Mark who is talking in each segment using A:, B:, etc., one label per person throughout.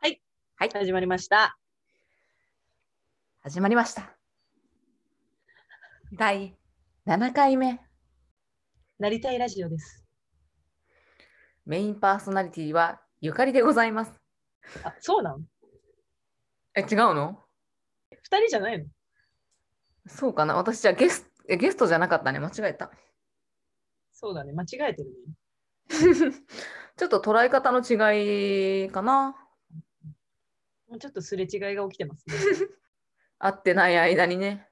A: はい、始まりました。
B: 始まりました。
C: 第
B: 7回目、
A: なりたいラジオです。
B: メインパーソナリティはゆかりでございます。
A: あ、そうなの
B: え、違うの
A: 二人じゃないの
B: そうかな私じゃあゲスえゲストじゃなかったね。間違 えた。
A: そうだね、間違えてるね。
B: ちょっと捉え方の違いかな。
A: もうちょっとすれ違いが起きてます
B: 合ってない間にね。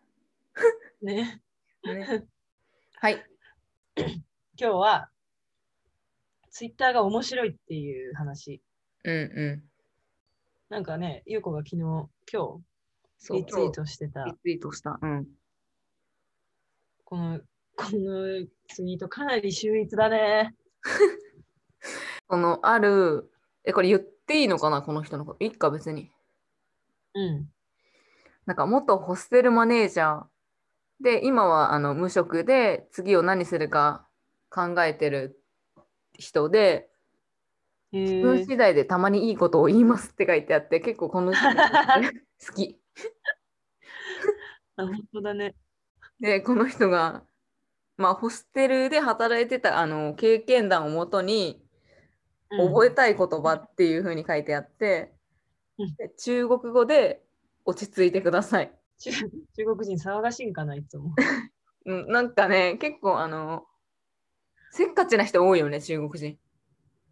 A: ね。ね
B: ねはい。
A: 今日は、ツイッターが面白いっていう話。
B: うんうん。
A: なんかね、ゆうこが昨日、今日、
B: そう
A: リツイートしてた
B: リ、ツイートした。うん。
A: この、このツイートかなり秀逸だね。
B: このある、え、これ言っていいのかなこの人のこと。いいか別に。
A: うん。
B: なんか元ホステルマネージャーで今はあの無職で次を何するか考えてる人で
A: へ
B: 自
A: ー
B: 分次第でたまにいいことを言いますって書いてあって結構この人 好き
A: あ本当だね。
B: でこの人がまあホステルで働いてたあの経験談をもとに覚え
A: え
B: たい言葉っていう風に書いてあって、
A: うん
B: で中国語で落ち着いてください
A: 中中国人騒がしいんかないつも。
B: うん、なんかね、結構あの、せっかちな人多いよね、中国人。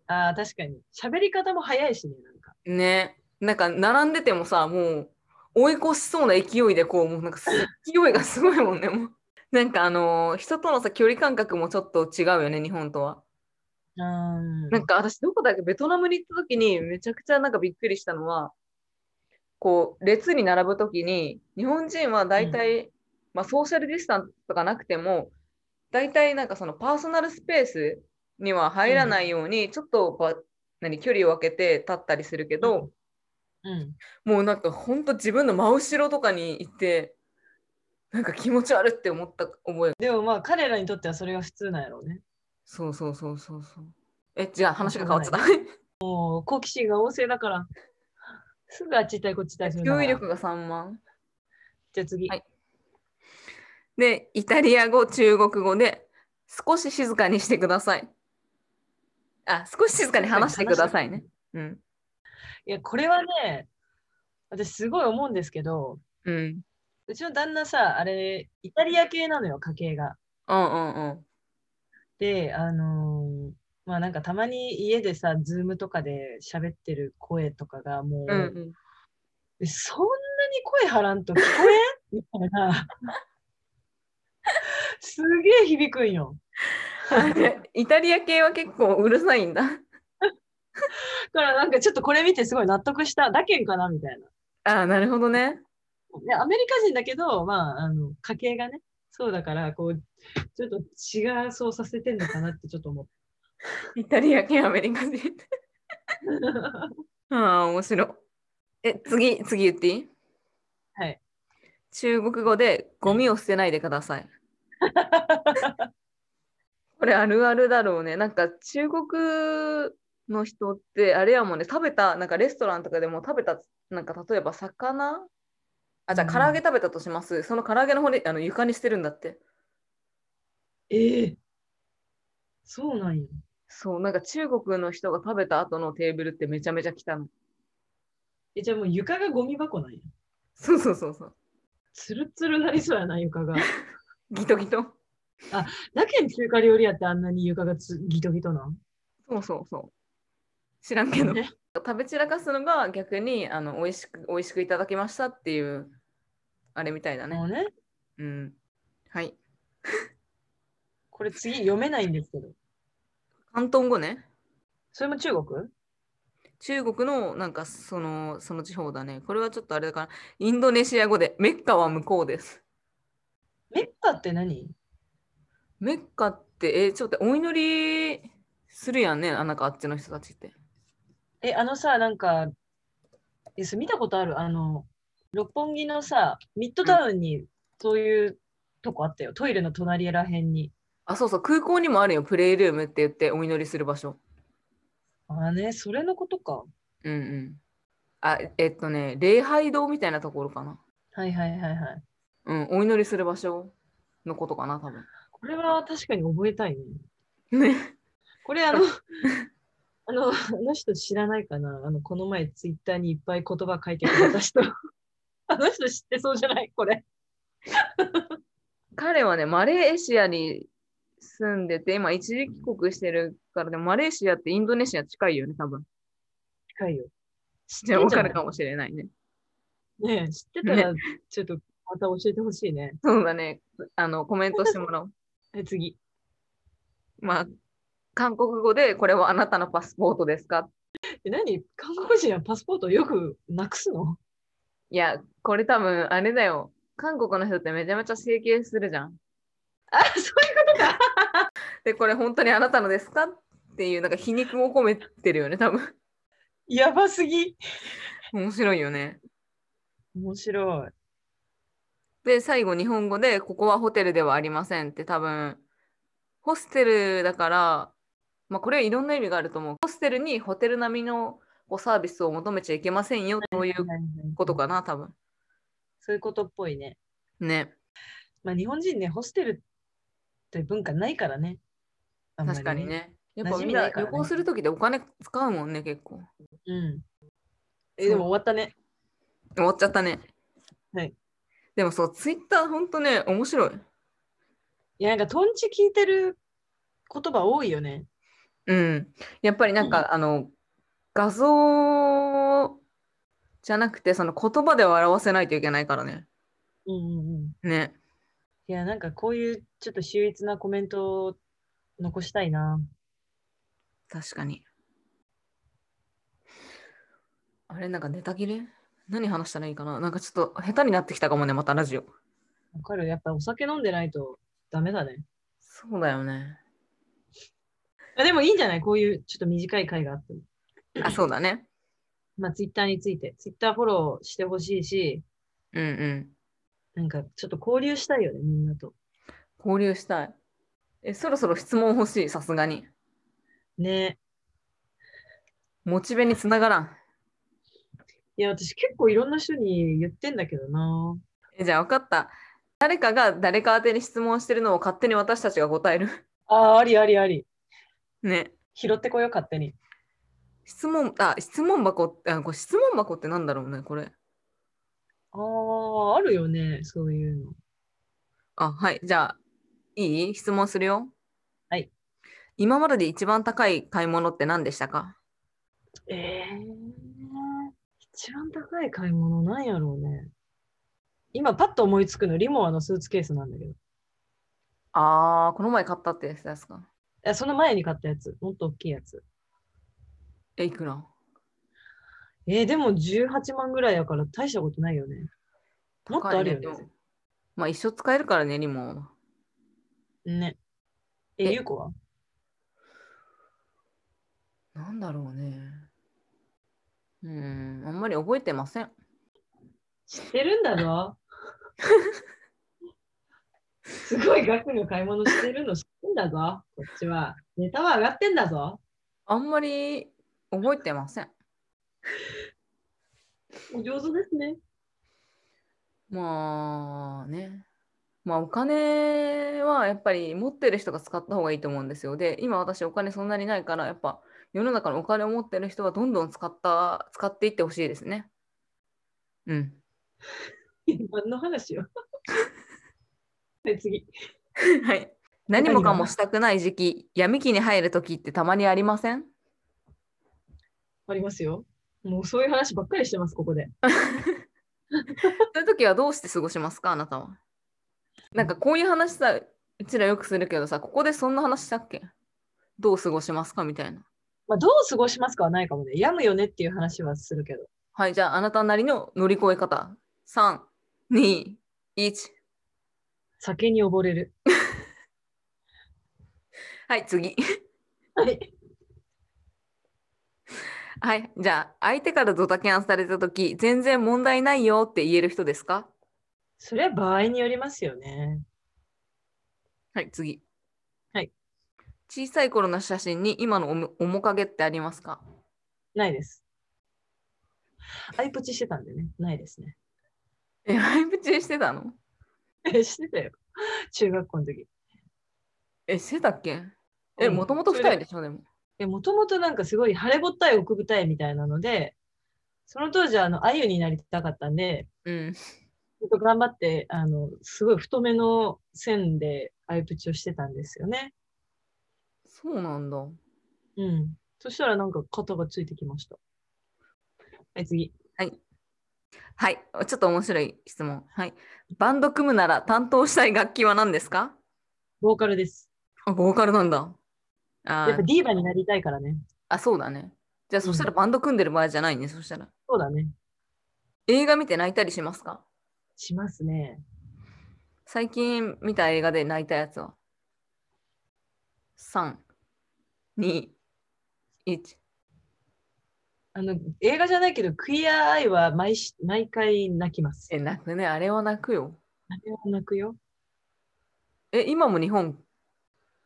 A: ああ、確かに。喋り方も早いしね、なんか。
B: ね。なんか、並んでてもさ、もう、追い越しそうな勢いで、こう、もうなんかす、勢いがすごいもんね、もう。なんかあの、人とのさ、距離感覚もちょっと違うよね、日本とは。
A: うん
B: なんか、私、どこだっけ、ベトナムに行った時に、めちゃくちゃなんかびっくりしたのは、こう、列に並ぶ時に、日本人は大体、まあ、ソーシャルディスタンスとかなくても、大体なんかそのパーソナルスペースには入らないように、ちょっとば何距離を空けて立ったりするけど、
A: うん、
B: もうなんかほんと自分の真後ろとかにいて、なんか気持ち悪って思った覚え
A: でもまあ彼らにとってはそれが普通なんやろうね。
B: そうそうそうそうそう。え、じゃあ話が変わっちゃった。
A: もう好奇心が旺盛だから、すぐあっち行ったりこっち行ったりするな
B: 注意力が3万。
A: じゃあ次。
B: はいで、イタリア語、中国語で、少し静かにしてください。あ、少し静かに話してくださいね。うん。
A: いや、これはね、私すごい思うんですけど、
B: うん。
A: うちの旦那さ、あれ、イタリア系なのよ、家系が。
B: うんうんうん。
A: で、あのーまあなんかたまに家でさ、ズームとかで喋ってる声とかがもう、
B: うんうん
A: えそんなに声張らんと聞こえんみたいな。すげえ響くんよ。
B: あれイタリア系は結構うるさいんだ。
A: だからなんかちょっとこれ見てすごい納得した。だけんかなみたいな。
B: ああ、なるほどね。
A: でアメリカ人だけど、まあ、あの家系がね、そうだから、こう、ちょっと違うそうさせてんのかなって ちょっと思っ
B: イタリア系アメリカ人。
A: た。
B: ああ、面白い。え、次、次言っていい
A: はい。
B: 中国語でゴミを捨てないでく ださい。これあるあるだろうね。なんか中国の人ってあれやもんね、食べた、なんかレストランとかでも食べた、なんか例えば魚あ、じゃあ
A: うん
B: 唐揚げ食べたとします。その唐揚げの骨、あの床に捨てるんだって。
A: ええそうなんや。
B: そう、なんか中国の人が食べた後のテーブルってめちゃめちゃ汚い。
A: え、じゃあもう床がゴミ箱なんや。
B: そうそうそうそう。
A: ツルツルなりそうやな、床が。
B: ギトギト。
A: だけん中華料理屋ってあんなに床がつギトギトなん
B: そうそうそう。知らんけど。
A: ね
B: 食べ散らかすのが逆にあの美味しく美味しくいただきましたっていうあれみたいだね。
A: もうね、
B: うん。はい。
A: これ次読めないんですけど。
B: 広東語ね。
A: それも中国
B: 中国のなんかそのその地方だね。これはちょっとあれだからインドネシア語でメッカは向こうです。
A: メッカって何
B: メッカってえちょっと待ってお祈りするやんね。あなんかあっちの人たちって。
A: え、あのさ、なんか、え、それ見たことあるあの、六本木のさ、ミッドタウンに、そういうとこあったよ。トイレの隣らへんに。
B: あそうそう空港にもあるよプレイルームって言ってお祈りする場所。
A: ああね、それのことか。
B: うんうん。あ、えっとね、礼拝堂みたいなところかな。
A: はいはいはいはい。
B: うん、お祈りする場所のことかな、多分。
A: これは確かに覚えたいね。
B: ね。
A: これあ の、あの、あの人知らないかなあの、この前ツイッターにいっぱい言葉書いてくれた 人。あの人知ってそうじゃないこれ。
B: 彼はね、マレーシアに住んでて、今一時帰国してるから、でもマレーシアってインドネシア近いよね、多分。
A: 近いよ。
B: じゃあわかるかもしれないね。
A: ねえ、知ってたら、ちょっとまた教えてほしいね。
B: そうだね。あの、コメントしても らおう。
A: え次。
B: まあ、韓国語でこれはあなたのパスポートですか
A: え、何韓国人はパスポートよくなくすの
B: いや、これ多分あれだよ。韓国の人ってめちゃめちゃ整形するじゃん。
A: あ、そういう
B: で、これ本当にあなたのですかっていう、なんか皮肉を込めてるよね、多分。
A: やばすぎ。
B: 面白いよね。
A: 面白い。
B: で、最後日本語で、ここはホテルではありませんって多分、ホステルだから、まあこれはいろんな意味があると思う。ホステルにホテル並みのこうサービスを求めちゃいけませんよ、ということかな、多分。
A: そういうことっぽいね。
B: ね。
A: まあ日本人ね、ホステルって文化ないからね。あんまり
B: 確かに。ね。やっ
A: 馴
B: ぱ
A: 染
B: み
A: み
B: んな
A: ないから
B: 旅
A: ね
B: 行するときでお金使うもんね、結構。
A: うん。え、でも終わったね。
B: 終わっちゃったね。
A: はい。
B: でもそう、ツイッターほんとね、面白い。
A: いや、なんかトンチ聞いてる言葉多いよね。
B: うん。やっぱりなんか、あの、画像じゃなくて、その言葉では表せないといけないからね。
A: うんうんうん。
B: ね。
A: いや、なんかこういうちょっと秀逸なコメントを残したいな。
B: 確かに。あれ、なんかネタ切れ何話したらいいかななんかちょっと下手になってきたかもね、またラジオ。
A: わかるやっぱお酒飲んでないとダメだね。
B: そうだよね。
A: あでもいいんじゃないこういうちょっと短い回があっても。
B: あ、そうだね。
A: まあ、ツイッターについて。ツイッターフォローしてほしいし、
B: うんうん。
A: なんかちょっと交流したいよね、みんなと。
B: 交流したい。え、そろそろ質問欲しい、さすがに。
A: ね。
B: モチベにつながらん。
A: いや、私結構いろんな人に言ってんだけどな。
B: えじゃあ分かった。誰かが誰か宛てに質問してるのを勝手に私たちが答える。
A: ああ、ありありあり。
B: ね。
A: 拾ってこよう、勝手に。
B: 質問、あ、質問箱、あ、これ質問箱ってなんだろうね、これ。
A: ああ、あるよね、そういうの。
B: あ、はい。じゃあ、いい質問するよ。
A: はい。
B: 今までで一番高い買い物って何でしたか
A: ええ一番高い買い物なんやろうね。今パッと思いつくのリモアのスーツケースなんだけど。
B: あー、この前買ったってやつですか。
A: えその前に買ったやつ。もっと大きいやつ。
B: え、いくら
A: えーでも18万ぐらいやから大したことないよね。もっとあるよね
B: 高いでもまあ、一生使えるからね、リモンは。
A: ね。
B: え
A: え、ゆうこは
B: なんだろうね。うーん、あんまり覚えてません。
A: 知ってるんだ ぞ。すごい額の買い物してるの知ってんだぞ。こっちは。ネタは上がってんだぞ。
B: あんまり覚えてません。
A: お上手ですね。
B: まあね。まあお金はやっぱり持ってる人が使った方がいいと思うんですよ。で、今私お金そんなにないから、やっぱ世の中のお金を持ってる人はどんどん使った、使っていってほしいですね。うん。
A: 何の話よ。はい、次。
B: はい。何もかもしたくない時期、闇期に入る時ってたまにありません
A: ありますよ。もうそういう話ばっかりしてます、ここで。
B: そういう時はどうして過ごしますかあなたは。なんかこういう話さ、うちらよくするけどさ、ここでそんな話したっけどう過ごしますかみたいな。
A: まあ、どう過ごしますかはないかもね。病むよねっていう話はするけど。
B: はい、じゃああなたなりの乗り越え方。3、2、1。
A: 酒に溺れ る。
B: はい、次。
A: はい。
B: はい、じゃあ相手からドタキャンされた時全然問題ないよって言える人ですか
A: それは場合によりますよね。
B: はい、次。
A: はい。
B: 小さい頃の写真に今のおも面影ってありますか
A: ないです。相プチしてたんでね、ないですね。
B: え、ハイプチしてたの
A: え、 してたよ。中学校の時。
B: え、してたっけえ、
A: うん
B: もともと2人でしょ、でも。
A: で、もともとなんかすごい腫れぼったい奥二重みたいなので、その当時はあの、あゆになりたかったんで、
B: うん。
A: ちょっと頑張って、あの、すごい太めの線でアイプチをしてたんですよね。
B: そうなんだ。
A: うん。そしたらなんか肩がついてきました。はい、次。
B: はい、ちょっと面白い質問。はい。バンド組むなら担当したい楽器は何ですか
A: ボーカルです。
B: あ、ボーカルなんだ。あ
A: やっぱ
B: ー
A: ディーバになりたいからね。
B: あ、そうだね。じゃあ、そしたら
A: う
B: バンド組んでる場合じゃないね、そしたら。
A: そうだね。
B: 映画見て泣いたりしますか
A: しますね。
B: 最近見た映画で泣いたやつは ?3、2、1。
A: あの、映画じゃないけど、クイアアイは毎し毎回泣きます。
B: え、泣くね。あれは泣くよ。
A: あれは泣くよ。
B: え、今も日本、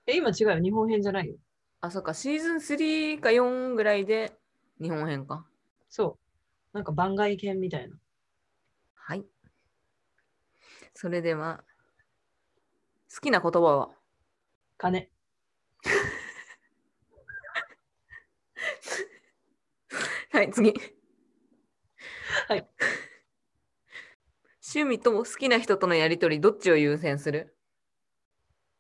A: え、今違うよ。日本編じゃないよ。
B: あ、そっか、シーズン3か4ぐらいで日本編か。
A: そう。なんか番外編みたいな。
B: はい。それでは、好きな言葉は
A: 金。
B: はい、次。
A: はい。
B: 趣味と好きな人とのやりとり、どっちを優先する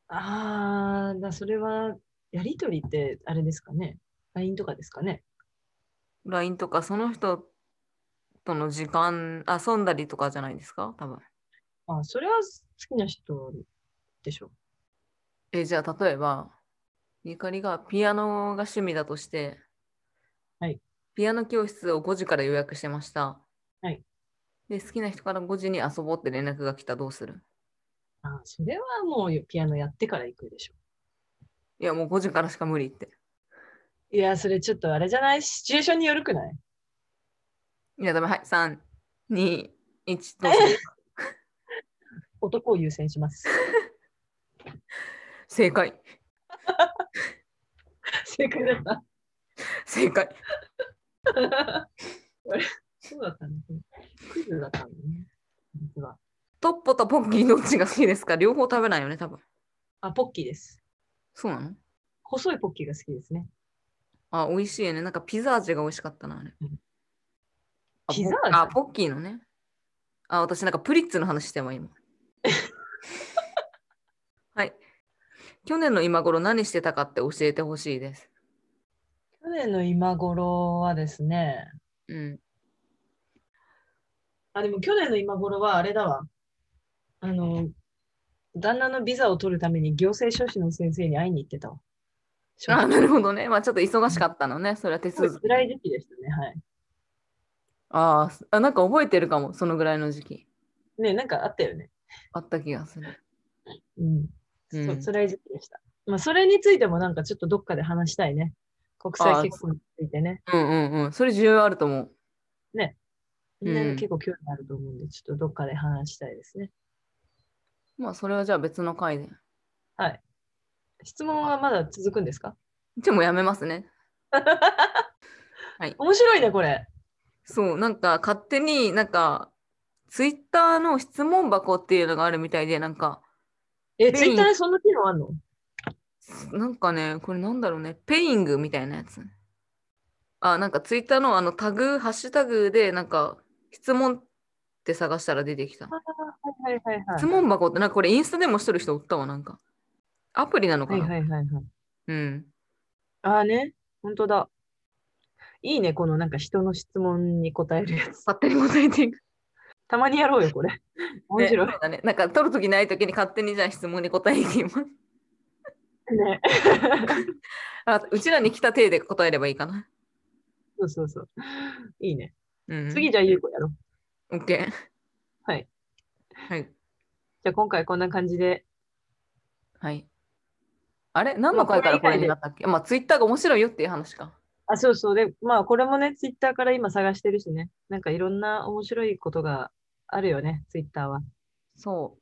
A: あー、だそれは、やりとりってあれですかね。LINE とかですかね。
B: ?LINE とか、その人との時間、遊んだりとかじゃないですか多分。
A: あ、それは好きな人でしょ。
B: え、じゃあ、例えば、ゆかりがピアノが趣味だとして、
A: はい。
B: ピアノ教室を5時から予約してました。
A: はい。
B: で、好きな人から5時に遊ぼうって連絡が来たらどうする
A: あ、それはもうピアノやってから行くでしょ。
B: いや、もう5時からしか無理って。
A: いや、それちょっとあれじゃないシチュエーションによるくない
B: いや、ダメ。はい。3、2、1、どうぞ
A: 男を優先します。
B: 正解。
A: 正解だった。
B: 正解。
A: そうだったんだね。クイズだったんだね。実は。
B: トッポとポッキーどっちが好きですか両方食べないよね、多分。
A: あ、ポッキーです。
B: そうなの
A: 細いポッキーが好きですね。
B: あ、美味しいよね。なんかピザ味が美味しかったな、あれ
A: うん。
B: あ
A: ピザ
B: ポッ
A: 味
B: あ、ポッキーのね。あ、私なんかプリッツの話して も今。はい。去年の今頃何してたかって教えてほしいです。
A: 去年の今頃はですね、
B: うん。
A: あ、でも去年の今頃はあれだわ。あの、旦那のビザを取るために行政書士の先生に会いに行ってたわ。
B: あ、なるほどね。まあちょっと忙しかったのね。それは手
A: すごい
B: 続き。
A: 辛い時期でしたね。はい。
B: あーあ、なんか覚えてるかも。そのぐらいの時期。
A: ね、なんかあったよね。
B: あった気がする。
A: うん。
B: う
A: そ
B: ん
A: 辛い時期でした。まあ、それについてもなんかちょっとどっかで話したいね。国際結婚についてね。
B: うんうんうん。それ重要あると思う。う
A: みんな
B: うん
A: 結構興味あると思うんで、ちょっとどっかで話したいですね。
B: まあそれはじゃあ別の回で。
A: 質問はまだ続くんですか
B: じゃあもうやめますね。
A: 面白いね、これ。
B: そう、なんか勝手になんか、ツイッターの質問箱っていうのがあるみたいで、なんか、
A: え、
B: ペイ
A: ツ
B: ン
A: イッターでそんな機能あんの
B: なんかね、これなんだろうね、ペイングみたいなやつ。あ、なんかツイッターのあのタグ、ハッシュタグで、なんか、質問って探したら出てきた。
A: はいはいはいは
B: 質問箱って、なんかこれインスタでもしとる人おったわ、なんか。アプリなのか
A: はい
B: な、
A: はいはいはい。
B: うん。
A: ああね、本当だ。いいね、このなんか人の質問に答えるやつ。
B: 勝手に答えていく。
A: たまにやろうよ、これ。面白い。
B: ねそうだね。なんか、取るときないときに勝手にじゃあ質問に答えていきます。
A: ね。
B: あ、うちらに来た体で答えればいいかな。
A: そうそうそう。いいね。
B: うん。
A: 次じゃあ、ゆうこやろう。
B: オッケー。
A: はい。
B: はい。
A: じゃあ、今回こんな感じで。
B: はい。あれ何の回からこれになったっけまあ、ツイッターが面白いよっていう話か。
A: あ、そうそう。で、まあ、これもね、ツイッターから今探してるしね。なんかいろんな面白いことがあるよね、ツイッターは。
B: そう。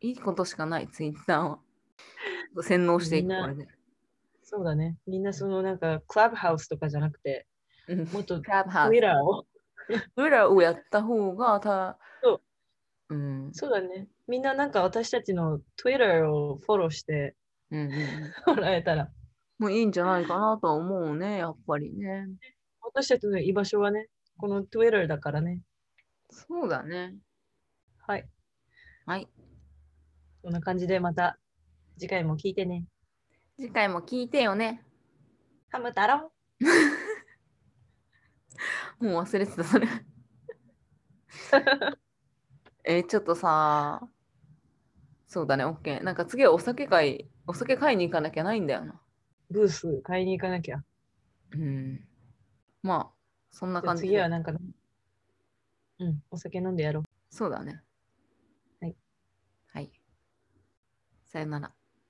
B: いいことしかない、ツイッターは。洗脳してい
A: みん
B: く、
A: な
B: これで。
A: そうだね。みんなそのなんか、クラブハウスとかじゃなくて、
B: うん。
A: もっと
B: クラブハウス。
A: Twitter を
B: それらをやった方がた、。
A: そう
B: うん。
A: そうだね。みんななんか私たちの Twitter をフォローして
B: うんうんうん
A: もらえたら、
B: もういいんじゃないかなとは思うね、やっぱりね。
A: 私たちの居場所はね、この Twitter だからね。
B: そうだね。
A: はい。
B: はい。
A: こんな感じでまた次回も聞いてね。
B: 次回も聞いてよね。
A: ハム太郎
B: もう忘れてた、それ。えーちょっとさ、そうだね、OK。なんか次はお酒会、お酒買いに行かなきゃないんだよな。
A: ブース買いに行かなきゃ。
B: うん。まあ、そんな
A: じゃあ
B: 感じで。
A: 次はなんか、うん、お酒飲んでやろう。
B: そうだね。
A: はい。
B: はい。さよなら。